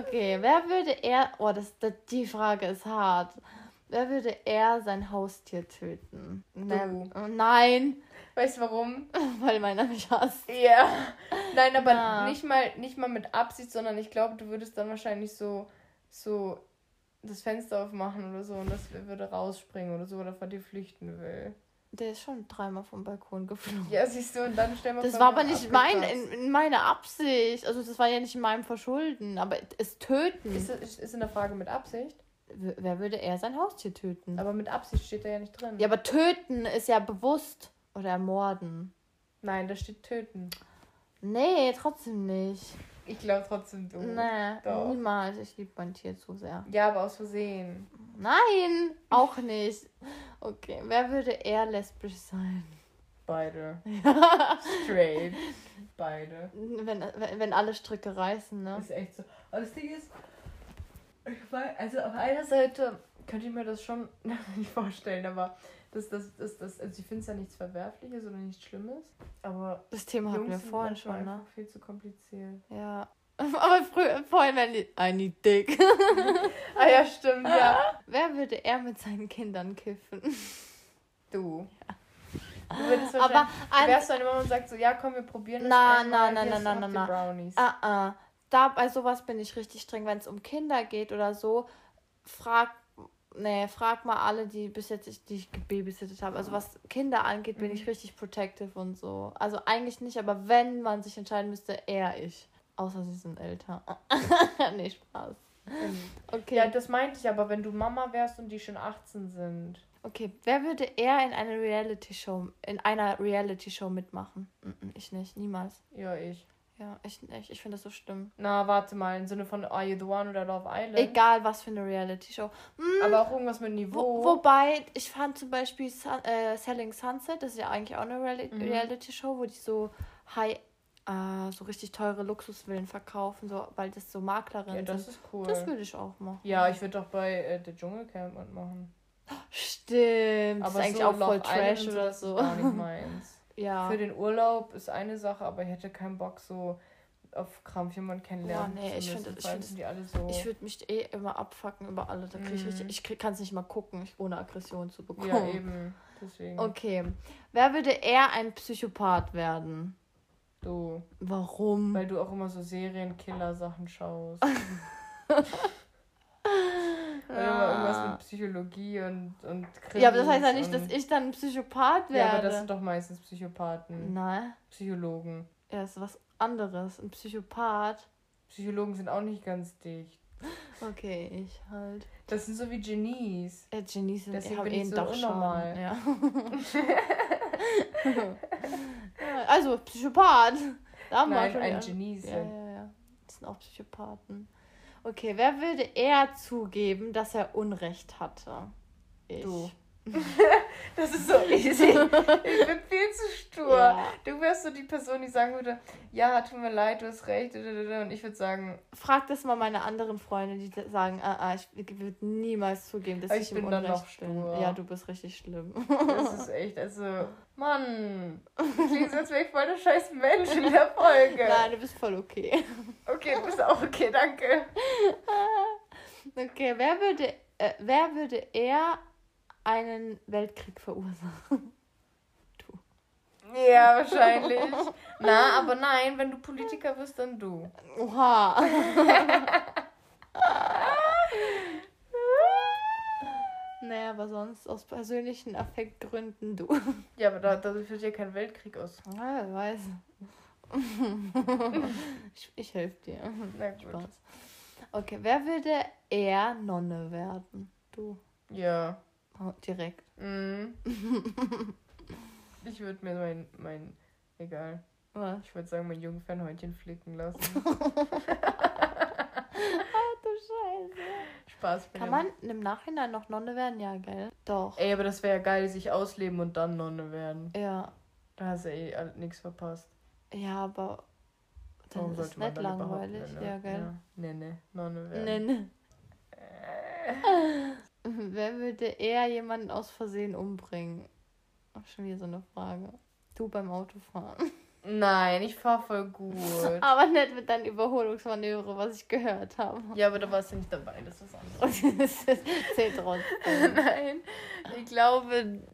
[SPEAKER 2] Okay, wer würde eher. Oh, das, das, die Frage ist hart. Wer würde eher sein Haustier töten? Ne- oh, Nein,
[SPEAKER 1] Weißt du
[SPEAKER 2] *laughs*
[SPEAKER 1] warum?
[SPEAKER 2] weil meiner mich hasst.
[SPEAKER 1] Ja. Nein, aber
[SPEAKER 2] Ja.
[SPEAKER 1] nicht mal nicht mal mit Absicht, sondern ich glaube, du würdest dann wahrscheinlich so so das Fenster aufmachen oder so und das würde rausspringen oder so oder vor dir flüchten will.
[SPEAKER 2] Der ist schon dreimal vom Balkon geflogen.
[SPEAKER 1] Ja, siehst du, und dann stellen wir
[SPEAKER 2] Das
[SPEAKER 1] vor,
[SPEAKER 2] war
[SPEAKER 1] wir
[SPEAKER 2] aber nicht mein,
[SPEAKER 1] abgekratzt.
[SPEAKER 2] in, in meine Absicht. Also, das war ja nicht in meinem Verschulden. Aber es töten.
[SPEAKER 1] Ist, das- ist, ist in der Frage mit Absicht,
[SPEAKER 2] W- Wer würde eher sein Haustier töten?
[SPEAKER 1] aber mit Absicht steht da ja nicht drin.
[SPEAKER 2] Ja, aber töten ist ja bewusst. Oder ermorden.
[SPEAKER 1] Nein, da steht töten.
[SPEAKER 2] Nee, trotzdem nicht.
[SPEAKER 1] Ich glaube trotzdem du.
[SPEAKER 2] nee,
[SPEAKER 1] Hm, doch.
[SPEAKER 2] niemals. Ich liebe mein Tier zu sehr.
[SPEAKER 1] Ja, aber aus Versehen.
[SPEAKER 2] Nein, auch nicht. Okay, wer würde eher lesbisch sein? *laughs*
[SPEAKER 1] Beide.
[SPEAKER 2] Ja.
[SPEAKER 1] Straight. Beide.
[SPEAKER 2] wenn, wenn, wenn alle Stricke reißen, ne?
[SPEAKER 1] Ist echt so. Aber das Ding ist, ich weiß, also auf einer Seite könnte ich mir das schon *laughs* nicht vorstellen, aber das, das, das, das, also ich finde es ja nichts Verwerfliches oder nichts Schlimmes. Aber
[SPEAKER 2] Das Thema hatten wir
[SPEAKER 1] sind
[SPEAKER 2] vorhin
[SPEAKER 1] manchmal
[SPEAKER 2] schon, ne?
[SPEAKER 1] einfach viel zu kompliziert.
[SPEAKER 2] Ja. *laughs* Aber früher, vorhin, wenn die. I need dick.
[SPEAKER 1] Ah ja, stimmt, ja. *laughs*
[SPEAKER 2] wer würde eher mit seinen Kindern kiffen?
[SPEAKER 1] Du. Du würdest
[SPEAKER 2] Aber
[SPEAKER 1] wahrscheinlich- du
[SPEAKER 2] ein,
[SPEAKER 1] wärst deine Mama und sagst so, ja, komm, wir probieren das
[SPEAKER 2] Na,
[SPEAKER 1] einmal.
[SPEAKER 2] na, na,
[SPEAKER 1] Hier
[SPEAKER 2] na,
[SPEAKER 1] hast du
[SPEAKER 2] na,
[SPEAKER 1] noch
[SPEAKER 2] na,
[SPEAKER 1] die
[SPEAKER 2] na.
[SPEAKER 1] Brownies.
[SPEAKER 2] Ah, ah. Da, bei sowas bin ich richtig streng. Wenn es um Kinder geht oder so, frag, nee, frag mal alle, die bis jetzt ich, die ich gebabysittet habe. Also was Kinder angeht, bin
[SPEAKER 1] Mhm.
[SPEAKER 2] ich richtig protective und so. Also eigentlich nicht, aber wenn man sich entscheiden müsste, eher ich. Außer sie sind älter. *laughs* nee, Spaß. Okay.
[SPEAKER 1] Mhm. Ja, das meinte ich aber, wenn du Mama wärst und die schon 18 sind.
[SPEAKER 2] okay, wer würde eher in einer Reality-Show, in einer Reality-Show mitmachen? Mm-mm, Ich nicht, niemals.
[SPEAKER 1] Ja, ich.
[SPEAKER 2] Ja, ich nicht. Ich finde das so schlimm.
[SPEAKER 1] Na, warte mal, im Sinne von Are You the One oder Love Island.
[SPEAKER 2] Egal, was für eine Reality-Show. Hm,
[SPEAKER 1] Aber auch irgendwas mit Niveau.
[SPEAKER 2] Wo, wobei, ich fand zum Beispiel Sun, äh, Selling Sunset, das ist ja eigentlich auch eine Reali
[SPEAKER 1] Mhm.
[SPEAKER 2] Reality-Show, wo die so high, äh, so richtig teure Luxusvillen verkaufen, so, weil das so
[SPEAKER 1] ja,
[SPEAKER 2] Maklerinnen
[SPEAKER 1] das
[SPEAKER 2] sind.
[SPEAKER 1] ist cool.
[SPEAKER 2] Das würde ich auch machen.
[SPEAKER 1] ja, ich würde doch bei äh, The Dschungelcamp mitmachen.
[SPEAKER 2] Stimmt, das ist eigentlich auch
[SPEAKER 1] Love
[SPEAKER 2] voll
[SPEAKER 1] Island und
[SPEAKER 2] Trash
[SPEAKER 1] so,
[SPEAKER 2] oder
[SPEAKER 1] das ist
[SPEAKER 2] so.
[SPEAKER 1] Gar nicht meins.
[SPEAKER 2] *laughs* Ja.
[SPEAKER 1] Für den Urlaub ist eine Sache, aber ich hätte keinen Bock so auf Krampf jemanden kennenlernen.
[SPEAKER 2] Boah, Oh, nee,
[SPEAKER 1] zu
[SPEAKER 2] ich
[SPEAKER 1] müssen,
[SPEAKER 2] find- ich
[SPEAKER 1] vor allem
[SPEAKER 2] find-
[SPEAKER 1] sind die alle so.
[SPEAKER 2] Ich würde mich eh immer abfacken über alle. Da krieg ich
[SPEAKER 1] Mhm.
[SPEAKER 2] richtig, ich kann es nicht mal gucken, ich- ohne Aggression zu bekommen.
[SPEAKER 1] ja, eben. Deswegen.
[SPEAKER 2] Okay. Wer würde eher ein Psychopath werden?
[SPEAKER 1] Du.
[SPEAKER 2] Warum?
[SPEAKER 1] Weil du auch immer so Serienkiller-Sachen
[SPEAKER 2] *laughs*
[SPEAKER 1] schaust. Oder immer irgendwas mit Psychologie und, und Krimis
[SPEAKER 2] Ah. Ja, aber das heißt ja nicht, dass
[SPEAKER 1] und-
[SPEAKER 2] ich dann ein Psychopath
[SPEAKER 1] Ja, aber das
[SPEAKER 2] werde. Mhm.
[SPEAKER 1] sind doch meistens Psychopathen.
[SPEAKER 2] Nein,
[SPEAKER 1] Psychologen.
[SPEAKER 2] das ist was anderes. Ein Psychopath.
[SPEAKER 1] Psychologen sind auch nicht ganz dicht.
[SPEAKER 2] Okay, ich halt.
[SPEAKER 1] Das sind so wie Genies.
[SPEAKER 2] Äh, Genies sind
[SPEAKER 1] Deswegen
[SPEAKER 2] haben
[SPEAKER 1] bin
[SPEAKER 2] eh
[SPEAKER 1] ich
[SPEAKER 2] einen
[SPEAKER 1] so
[SPEAKER 2] Dachschaden.
[SPEAKER 1] unnormal. *laughs*
[SPEAKER 2] Ja. Ja, also, Psychopath. Da haben wir
[SPEAKER 1] Nein,
[SPEAKER 2] schon
[SPEAKER 1] ein
[SPEAKER 2] die-
[SPEAKER 1] Genie
[SPEAKER 2] Ja,
[SPEAKER 1] sind.
[SPEAKER 2] ja, ja. Das sind auch Psychopathen. Okay, wer würde eher zugeben, dass er Unrecht hatte? Ich. *laughs*
[SPEAKER 1] Du. *laughs* Das ist so easy. Ich bin viel zu stur.
[SPEAKER 2] Ja.
[SPEAKER 1] Du wärst so die Person, die sagen würde, ja, tut mir leid, du hast recht. Und ich würde sagen,
[SPEAKER 2] Frag das mal meine anderen Freunde, die da- sagen, ah, ah, ich würde niemals zugeben, dass
[SPEAKER 1] Aber
[SPEAKER 2] ich,
[SPEAKER 1] ich
[SPEAKER 2] im
[SPEAKER 1] bin dann
[SPEAKER 2] Unrecht
[SPEAKER 1] noch
[SPEAKER 2] bin.
[SPEAKER 1] stur.
[SPEAKER 2] Ja, du bist richtig schlimm. *laughs*
[SPEAKER 1] das ist echt, also, Mann. Klingt so, als wäre ich voll der scheiß Mensch in der Folge.
[SPEAKER 2] Nein, du bist voll okay. *laughs*
[SPEAKER 1] Okay, du bist auch okay, danke.
[SPEAKER 2] Okay, wer würde, äh, wer würde eher einen Weltkrieg verursachen?
[SPEAKER 1] Ja, wahrscheinlich. Na, aber nein, wenn du Politiker wirst, dann du.
[SPEAKER 2] Oha. *laughs* naja, aber sonst aus persönlichen Affektgründen du.
[SPEAKER 1] Ja, aber da, da führt ja kein Weltkrieg aus.
[SPEAKER 2] Ah, wer weiß. *laughs* ich ich helfe dir.
[SPEAKER 1] Na gut.
[SPEAKER 2] Spaß. Okay, wer würde eher Nonne werden? Du.
[SPEAKER 1] Ja.
[SPEAKER 2] Oh, direkt.
[SPEAKER 1] Mhm. ich würde mir mein, mein, egal,
[SPEAKER 2] Was?
[SPEAKER 1] ich würde sagen, mein Jungfernhäutchen flicken lassen.
[SPEAKER 2] Ach du Scheiße.
[SPEAKER 1] Spaß. bei
[SPEAKER 2] Kann
[SPEAKER 1] dem-
[SPEAKER 2] man im Nachhinein noch Nonne werden? Ja, gell? Doch.
[SPEAKER 1] Ey, aber das wäre ja geil, sich ausleben und dann Nonne werden.
[SPEAKER 2] Ja.
[SPEAKER 1] Da hast du eh nichts verpasst.
[SPEAKER 2] Ja, aber dann
[SPEAKER 1] Warum
[SPEAKER 2] ist
[SPEAKER 1] sollte man
[SPEAKER 2] nicht
[SPEAKER 1] dann
[SPEAKER 2] langweilig.
[SPEAKER 1] überhaupt Nonne-
[SPEAKER 2] Ja, gell?
[SPEAKER 1] Ja. Nee, nee, Nonne werden. Äh.
[SPEAKER 2] Nee, nee. *laughs* Wer würde eher jemanden aus Versehen umbringen? Auch schon wieder so eine Frage. Du beim Autofahren.
[SPEAKER 1] Nein, ich fahr voll gut.
[SPEAKER 2] *laughs* Aber nicht mit deinen Überholungsmanöver, was ich gehört habe. *laughs*
[SPEAKER 1] ja, aber da warst du nicht dabei, das ist was anderes.
[SPEAKER 2] Das zählt trotzdem.
[SPEAKER 1] Nein, ich glaube,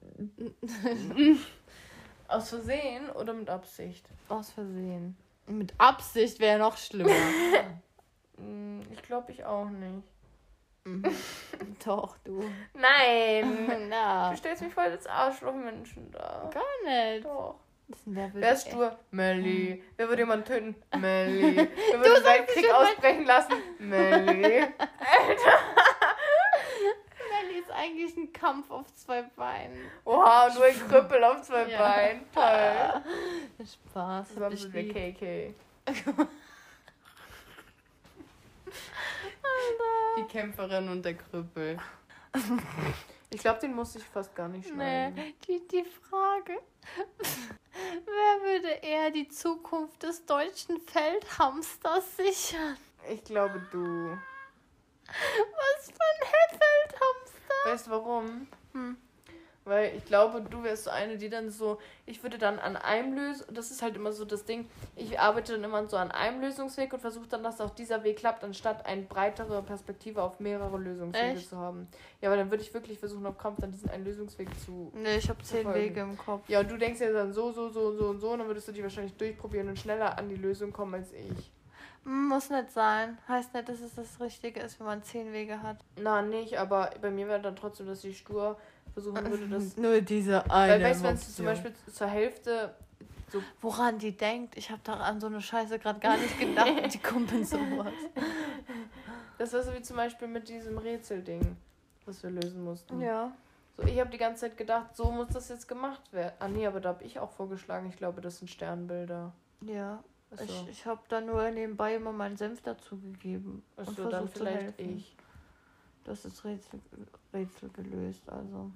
[SPEAKER 1] aus Versehen oder mit Absicht?
[SPEAKER 2] Aus Versehen. Mit Absicht wäre noch *laughs* schlimmer.
[SPEAKER 1] Hm, Ich glaube, ich auch nicht.
[SPEAKER 2] Mhm. Doch, *laughs* du.
[SPEAKER 1] Nein!
[SPEAKER 2] *laughs* Na,
[SPEAKER 1] Du stellst mich voll als Arschlochmenschen da.
[SPEAKER 2] gar nicht.
[SPEAKER 1] Doch.
[SPEAKER 2] Das ist ein Wer
[SPEAKER 1] Wer ist
[SPEAKER 2] würde-
[SPEAKER 1] stur? Melly. Wer würde jemanden
[SPEAKER 2] *laughs*
[SPEAKER 1] töten? Melly. Wer würde
[SPEAKER 2] Hm. Du
[SPEAKER 1] den
[SPEAKER 2] sagst, ich
[SPEAKER 1] Weltkrieg
[SPEAKER 2] würd mein-
[SPEAKER 1] ausbrechen lassen? Melly.
[SPEAKER 2] Melly ist eigentlich ein Kampf auf zwei Beinen.
[SPEAKER 1] Oha, nur ein Krüppel auf zwei
[SPEAKER 2] *laughs* Ja. Ah,
[SPEAKER 1] Beinen. Toll.
[SPEAKER 2] *laughs* Spaß. hab
[SPEAKER 1] Zusammen
[SPEAKER 2] ich
[SPEAKER 1] sind wir
[SPEAKER 2] lieb.
[SPEAKER 1] KK. Die Kämpferin und der Krüppel. Ich glaube, den musste ich fast gar nicht schneiden.
[SPEAKER 2] Nee, die, die Frage. *laughs* Wer würde eher die Zukunft des deutschen Feldhamsters sichern?
[SPEAKER 1] Ich glaube, du.
[SPEAKER 2] Was für ein Feldhamster?
[SPEAKER 1] Weißt du warum?
[SPEAKER 2] Hm.
[SPEAKER 1] Weil ich glaube, du wärst so eine, die dann so, ich würde dann an einem Lös das ist halt immer so das Ding, ich arbeite dann immer so an einem Lösungsweg und versuche dann, dass auch dieser Weg klappt, anstatt eine breitere Perspektive auf mehrere Lösungswege
[SPEAKER 2] Echt?
[SPEAKER 1] zu haben. Ja, aber dann würde ich wirklich versuchen, ob kommt, dann diesen einen Lösungsweg zu.
[SPEAKER 2] Nee, ich habe zehn
[SPEAKER 1] Verfolgen.
[SPEAKER 2] Wege im Kopf.
[SPEAKER 1] Ja, und du denkst ja dann so, so, so und so und so, und dann würdest du die wahrscheinlich durchprobieren und schneller an die Lösung kommen als ich.
[SPEAKER 2] Hm, Muss nicht sein. Heißt nicht, dass es das Richtige ist, wenn man zehn Wege hat.
[SPEAKER 1] Na, nicht, aber bei mir wäre dann trotzdem, dass ich stur *laughs* versuchen würde, das.
[SPEAKER 2] *laughs* Nur diese
[SPEAKER 1] Weil weißt du, wenn es zum Beispiel zur Hälfte
[SPEAKER 2] Woran die denkt, ich habe da an so eine Scheiße gerade gar
[SPEAKER 1] *laughs*
[SPEAKER 2] nicht gedacht. die kommt in sowas.
[SPEAKER 1] Das war so wie zum Beispiel mit diesem Rätselding, was wir lösen mussten.
[SPEAKER 2] Ja.
[SPEAKER 1] So, ich habe die ganze Zeit gedacht, so muss das jetzt gemacht werden. Ah nee, aber da habe ich auch vorgeschlagen, ich glaube, das sind Sternbilder. Also,
[SPEAKER 2] Ja.
[SPEAKER 1] Achso,
[SPEAKER 2] Ich, ich habe da nur nebenbei immer meinen Senf dazugegeben. und
[SPEAKER 1] Achso also dann
[SPEAKER 2] versucht zu
[SPEAKER 1] vielleicht
[SPEAKER 2] helfen.
[SPEAKER 1] ich.
[SPEAKER 2] Das ist Rätsel, Rätsel gelöst,
[SPEAKER 1] *laughs*
[SPEAKER 2] also.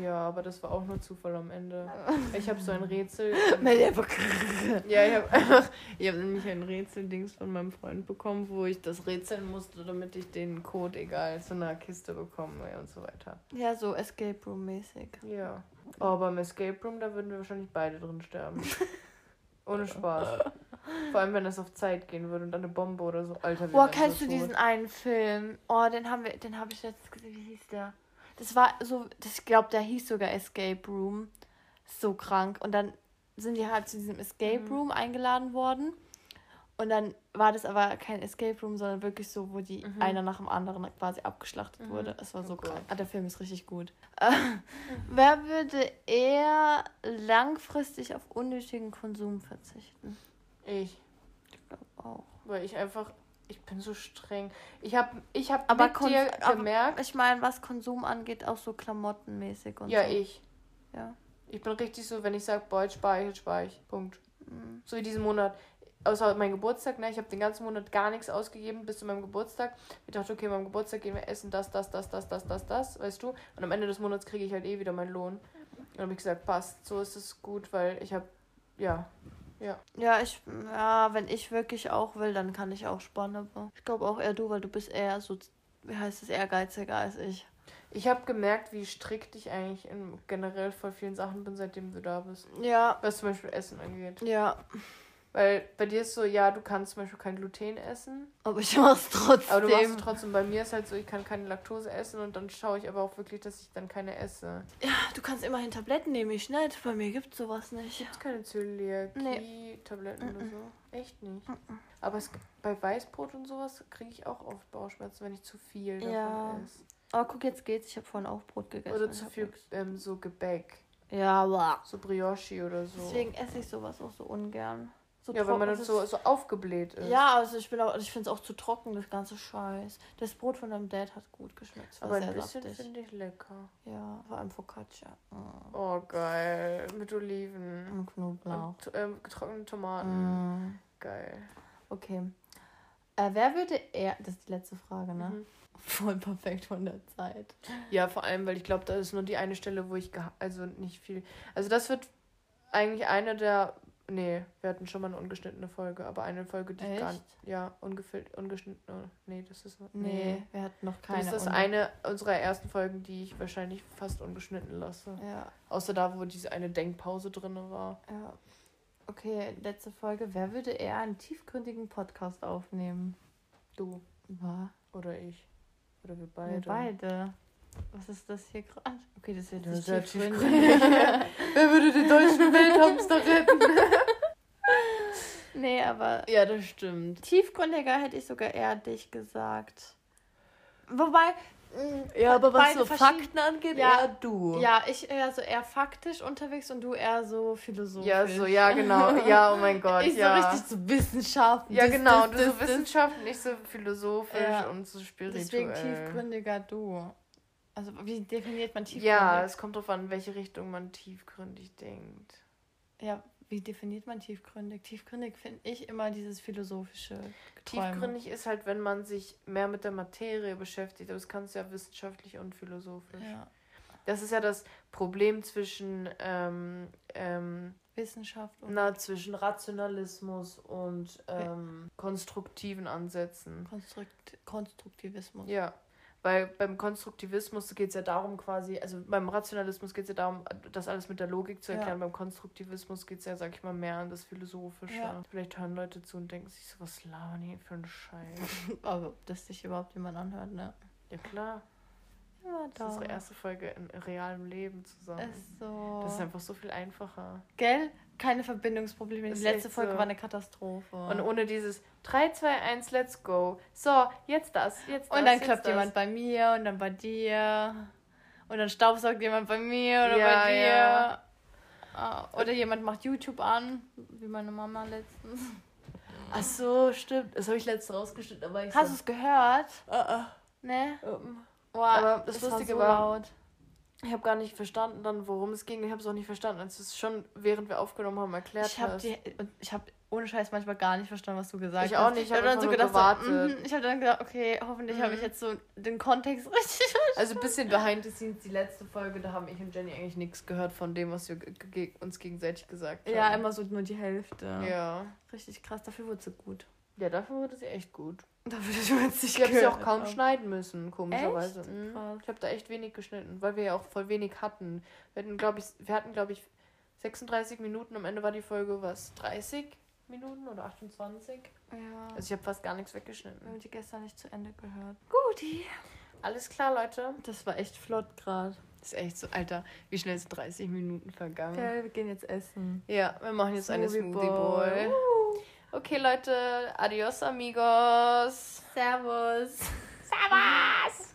[SPEAKER 1] Ja, aber das war auch nur Zufall am
[SPEAKER 2] *laughs*
[SPEAKER 1] Ende. Ich habe so ein Rätsel. Ja, ich habe ich hab *laughs* nämlich ein Rätseldings von meinem Freund bekommen, wo ich das rätseln musste, damit ich den Code egal zu einer Kiste bekomme und so weiter.
[SPEAKER 2] Ja, so Escape Room mäßig.
[SPEAKER 1] Ja. Aber beim Escape Room, da würden wir wahrscheinlich beide drin
[SPEAKER 2] *laughs*
[SPEAKER 1] sterben. Ohne Spaß. Vor allem, wenn das auf Zeit gehen würde und dann eine Bombe oder so. Alter, wir
[SPEAKER 2] Boah,
[SPEAKER 1] wären so
[SPEAKER 2] kennst du
[SPEAKER 1] tot.
[SPEAKER 2] diesen einen Film? Oh, den haben wir, den habe ich letztens gesehen. Wie hieß der? Das war so, das, ich glaube, der hieß sogar Escape Room. So krank. Und dann sind die halt zu diesem Escape
[SPEAKER 1] Mhm.
[SPEAKER 2] Room eingeladen worden. Und dann war das aber kein Escape Room, sondern wirklich so, wo die
[SPEAKER 1] Mhm.
[SPEAKER 2] einer nach dem anderen quasi abgeschlachtet
[SPEAKER 1] Mhm.
[SPEAKER 2] wurde. Es war so
[SPEAKER 1] Oh Gott.
[SPEAKER 2] krank. Ah, der Film ist richtig
[SPEAKER 1] *laughs*
[SPEAKER 2] gut. Äh, Wer würde eher langfristig auf unnötigen Konsum verzichten?
[SPEAKER 1] Ich.
[SPEAKER 2] Ich glaube auch.
[SPEAKER 1] Weil ich einfach. Ich bin so streng. Ich habe ich hab
[SPEAKER 2] Aber
[SPEAKER 1] mit dir
[SPEAKER 2] Kons- aber-
[SPEAKER 1] gemerkt.
[SPEAKER 2] Ich meine, was Konsum angeht, auch so klamottenmäßig und
[SPEAKER 1] Ja, eh.
[SPEAKER 2] so.
[SPEAKER 1] ich.
[SPEAKER 2] Ja.
[SPEAKER 1] Ich bin richtig so, wenn ich sage, boah, jetzt spare ich, jetzt spare ich. Punkt.
[SPEAKER 2] Mhm.
[SPEAKER 1] So wie diesen Monat. Außer mein Geburtstag, ne? Ich habe den ganzen Monat gar nichts ausgegeben bis zu meinem Geburtstag. Ich dachte, okay, meinem Geburtstag gehen wir essen, das, das, das, das, das, das, das, weißt du? Und am Ende des Monats kriege ich halt eh wieder meinen Lohn. Und habe ich gesagt, passt, so ist es gut, weil ich habe, ja.
[SPEAKER 2] Ja, ich, ja, wenn ich wirklich auch will, dann kann ich auch sparen, aber ich glaube auch eher du, weil du bist eher so, wie heißt es, ehrgeiziger als ich.
[SPEAKER 1] Ich habe gemerkt, wie strikt ich eigentlich in generell voll vielen Sachen bin, seitdem du da bist.
[SPEAKER 2] Ja,
[SPEAKER 1] Was zum Beispiel Essen angeht.
[SPEAKER 2] ja,
[SPEAKER 1] Weil bei dir ist so, ja, du kannst zum Beispiel kein Gluten essen.
[SPEAKER 2] aber ich mach's trotzdem.
[SPEAKER 1] Aber du machst es trotzdem, bei mir ist halt so, ich kann keine Laktose essen und dann schaue ich aber auch wirklich, dass ich dann keine esse.
[SPEAKER 2] du kannst immerhin Tabletten nehmen, ich nicht. Bei mir gibt's sowas nicht.
[SPEAKER 1] Gibt's keine Zöliakie-Tabletten oder so? Echt nicht. Aber es, bei Weißbrot und sowas kriege ich auch oft Bauchschmerzen, wenn ich zu viel davon
[SPEAKER 2] Ja.
[SPEAKER 1] esse.
[SPEAKER 2] Aber guck, jetzt geht's. Ich habe vorhin auch Brot gegessen.
[SPEAKER 1] Oder
[SPEAKER 2] ich
[SPEAKER 1] zu
[SPEAKER 2] hab
[SPEAKER 1] viel
[SPEAKER 2] nichts.
[SPEAKER 1] ähm, so Gebäck,
[SPEAKER 2] Ja, aber.
[SPEAKER 1] so Brioche oder so.
[SPEAKER 2] Deswegen esse ich sowas auch so ungern. So
[SPEAKER 1] ja, wenn man
[SPEAKER 2] trocken-
[SPEAKER 1] dann so, so aufgebläht ist.
[SPEAKER 2] Ja, also ich bin auch, ich finde es auch zu trocken, das ganze Scheiß. Das Brot von deinem Dad hat gut geschmeckt. Es war
[SPEAKER 1] Aber ein
[SPEAKER 2] sehr
[SPEAKER 1] bisschen
[SPEAKER 2] saftig.
[SPEAKER 1] finde ich lecker.
[SPEAKER 2] Ja, vor allem Focaccia. Mm.
[SPEAKER 1] Oh, geil. Mit Oliven.
[SPEAKER 2] Und Knoblauch.
[SPEAKER 1] Und, ähm, getrocknete Tomaten.
[SPEAKER 2] Mm.
[SPEAKER 1] Geil.
[SPEAKER 2] Okay. Äh, wer würde eher. Das ist die letzte Frage, ne?
[SPEAKER 1] Mhm.
[SPEAKER 2] Voll perfekt von der Zeit.
[SPEAKER 1] Ja, vor allem, weil ich glaube, das ist nur die eine Stelle, wo ich geha- also nicht viel. Also das wird eigentlich eine der. Nee, wir hatten schon mal eine ungeschnittene Folge, aber eine Folge, die ich gar
[SPEAKER 2] Echt?
[SPEAKER 1] nicht. Ja, ungefiltert, ungeschnittene. Nee, das ist.
[SPEAKER 2] Nee, wir hatten noch keine.
[SPEAKER 1] Das ist das
[SPEAKER 2] und-
[SPEAKER 1] eine unserer ersten Folgen, die ich wahrscheinlich fast ungeschnitten lasse.
[SPEAKER 2] Ja,
[SPEAKER 1] Außer da, wo diese eine Denkpause drin war.
[SPEAKER 2] ja. Okay, letzte Folge. Wer würde eher einen tiefgründigen Podcast aufnehmen?
[SPEAKER 1] Du
[SPEAKER 2] War
[SPEAKER 1] oder ich. Oder wir beide.
[SPEAKER 2] wir beide. Was ist das hier gerade? Okay, das wird
[SPEAKER 1] Das
[SPEAKER 2] nicht
[SPEAKER 1] ist ja
[SPEAKER 2] tiefgründig.
[SPEAKER 1] tiefgründig. *laughs* Wer würde den deutschen Wildhamster retten?
[SPEAKER 2] Nee, aber
[SPEAKER 1] Ja, das stimmt.
[SPEAKER 2] tiefgründiger hätte ich sogar eher dich gesagt. Wobei. mh,
[SPEAKER 1] Ja, aber was
[SPEAKER 2] beide
[SPEAKER 1] so
[SPEAKER 2] verschieden-
[SPEAKER 1] Fakten angeht,
[SPEAKER 2] Ja.
[SPEAKER 1] eher du.
[SPEAKER 2] Ja, ich eher so eher faktisch unterwegs und du eher so philosophisch.
[SPEAKER 1] Ja, so, ja, genau. *laughs*
[SPEAKER 2] *laughs*
[SPEAKER 1] Ja, oh mein Gott.
[SPEAKER 2] Ich
[SPEAKER 1] ja.
[SPEAKER 2] so richtig so Wissenschaft.
[SPEAKER 1] Ja,
[SPEAKER 2] das,
[SPEAKER 1] genau.
[SPEAKER 2] das,
[SPEAKER 1] du so
[SPEAKER 2] das, das.
[SPEAKER 1] Wissenschaft, nicht so philosophisch
[SPEAKER 2] Ja.
[SPEAKER 1] und so spirituell.
[SPEAKER 2] Deswegen tiefgründiger du. Also, wie definiert man tiefgründig?
[SPEAKER 1] äh. Ja, es kommt drauf an, welche Richtung man tiefgründig denkt.
[SPEAKER 2] ja wie definiert man tiefgründig? Tiefgründig finde ich immer dieses philosophische. Geträume.
[SPEAKER 1] Tiefgründig ist halt, wenn man sich mehr mit der Materie beschäftigt. Aber das kannst du ja wissenschaftlich und philosophisch.
[SPEAKER 2] Ja.
[SPEAKER 1] Das ist ja das Problem zwischen, ähm, ähm,
[SPEAKER 2] Wissenschaft und
[SPEAKER 1] na, zwischen Rationalismus und ähm, konstruktiven Ansätzen.
[SPEAKER 2] Konstrukt Konstruktivismus.
[SPEAKER 1] Ja, Weil beim Konstruktivismus geht es ja darum quasi, also beim Rationalismus geht es ja darum, das alles mit der Logik zu
[SPEAKER 2] Ja.
[SPEAKER 1] erklären. Beim Konstruktivismus geht es ja, sag ich mal, mehr an das Philosophische.
[SPEAKER 2] Ja.
[SPEAKER 1] Vielleicht hören Leute zu und denken sich so, was labern die für einen Scheiß.
[SPEAKER 2] Aber ob das sich überhaupt jemand anhört, ne?
[SPEAKER 1] ja klar,
[SPEAKER 2] Immer
[SPEAKER 1] das ist unsere erste Folge in realem Leben zusammen.
[SPEAKER 2] Ist so.
[SPEAKER 1] Das ist einfach so viel einfacher.
[SPEAKER 2] Gell? Keine Verbindungsprobleme. Die
[SPEAKER 1] Ist
[SPEAKER 2] letzte
[SPEAKER 1] echt
[SPEAKER 2] Folge
[SPEAKER 1] so.
[SPEAKER 2] war eine Katastrophe.
[SPEAKER 1] Und ohne dieses 3, 2, 1, let's go. So, jetzt das, jetzt das.
[SPEAKER 2] Und dann
[SPEAKER 1] jetzt
[SPEAKER 2] klappt
[SPEAKER 1] das.
[SPEAKER 2] jemand bei mir und dann bei dir. Und dann staubsaugt jemand bei mir oder
[SPEAKER 1] Ja,
[SPEAKER 2] bei dir.
[SPEAKER 1] ja.
[SPEAKER 2] Ah, Oder jemand macht YouTube an, wie meine Mama letztens.
[SPEAKER 1] Ach so, stimmt. Das habe ich letztens rausgeschnitten, aber ich.
[SPEAKER 2] Hast du es gehört?
[SPEAKER 1] Ah,
[SPEAKER 2] Ne?
[SPEAKER 1] ah, ähm.
[SPEAKER 2] Boah,
[SPEAKER 1] Aber das
[SPEAKER 2] es war
[SPEAKER 1] Lustige
[SPEAKER 2] so
[SPEAKER 1] war-
[SPEAKER 2] laut.
[SPEAKER 1] Ich habe gar nicht verstanden dann, worum es ging. Ich habe es auch nicht verstanden, als du es schon während wir aufgenommen haben erklärt
[SPEAKER 2] Ich habe
[SPEAKER 1] hast.
[SPEAKER 2] die, und ich habe ohne Scheiß manchmal gar nicht verstanden, was du gesagt
[SPEAKER 1] Ich
[SPEAKER 2] hast.
[SPEAKER 1] auch nicht, ich hab
[SPEAKER 2] habe dann so
[SPEAKER 1] einfach
[SPEAKER 2] gedacht,
[SPEAKER 1] nur
[SPEAKER 2] so,
[SPEAKER 1] gewartet.
[SPEAKER 2] mhm. ich habe dann gedacht, okay, hoffentlich habe ich
[SPEAKER 1] Mhm.
[SPEAKER 2] jetzt so den Kontext *laughs* richtig.
[SPEAKER 1] Also ein bisschen behind the scenes, die letzte Folge, da haben ich und Jenny eigentlich nichts gehört von dem, was wir ge- ge uns gegenseitig gesagt haben.
[SPEAKER 2] Ja, immer so nur die Hälfte.
[SPEAKER 1] Ja.
[SPEAKER 2] Richtig krass, dafür wurde sie gut.
[SPEAKER 1] Ja, dafür wurde sie echt gut.
[SPEAKER 2] Dafür wurde sie
[SPEAKER 1] Ich habe sie auch kaum schneiden müssen, komischerweise.
[SPEAKER 2] Echt?
[SPEAKER 1] Mhm.
[SPEAKER 2] Krass.
[SPEAKER 1] Ich habe da echt wenig geschnitten, weil wir ja auch voll wenig hatten. Wir hatten, glaube ich, wir hatten, glaube ich, 36 Minuten. Am Ende war die Folge was? 30 Minuten oder 28?
[SPEAKER 2] Ja.
[SPEAKER 1] Also ich habe fast gar nichts weggeschnitten.
[SPEAKER 2] Wir haben die gestern nicht zu Ende gehört. Guti.
[SPEAKER 1] Alles klar, Leute.
[SPEAKER 2] Das war echt flott gerade.
[SPEAKER 1] Ist echt so, Alter, wie schnell sind 30 Minuten vergangen?
[SPEAKER 2] Gell, wir gehen jetzt essen.
[SPEAKER 1] Ja, wir machen jetzt eine Smoothie
[SPEAKER 2] Smoothie
[SPEAKER 1] Bowl.
[SPEAKER 2] Bowl.
[SPEAKER 1] Okay, Leute, adios amigos.
[SPEAKER 2] Servus.
[SPEAKER 1] Servus!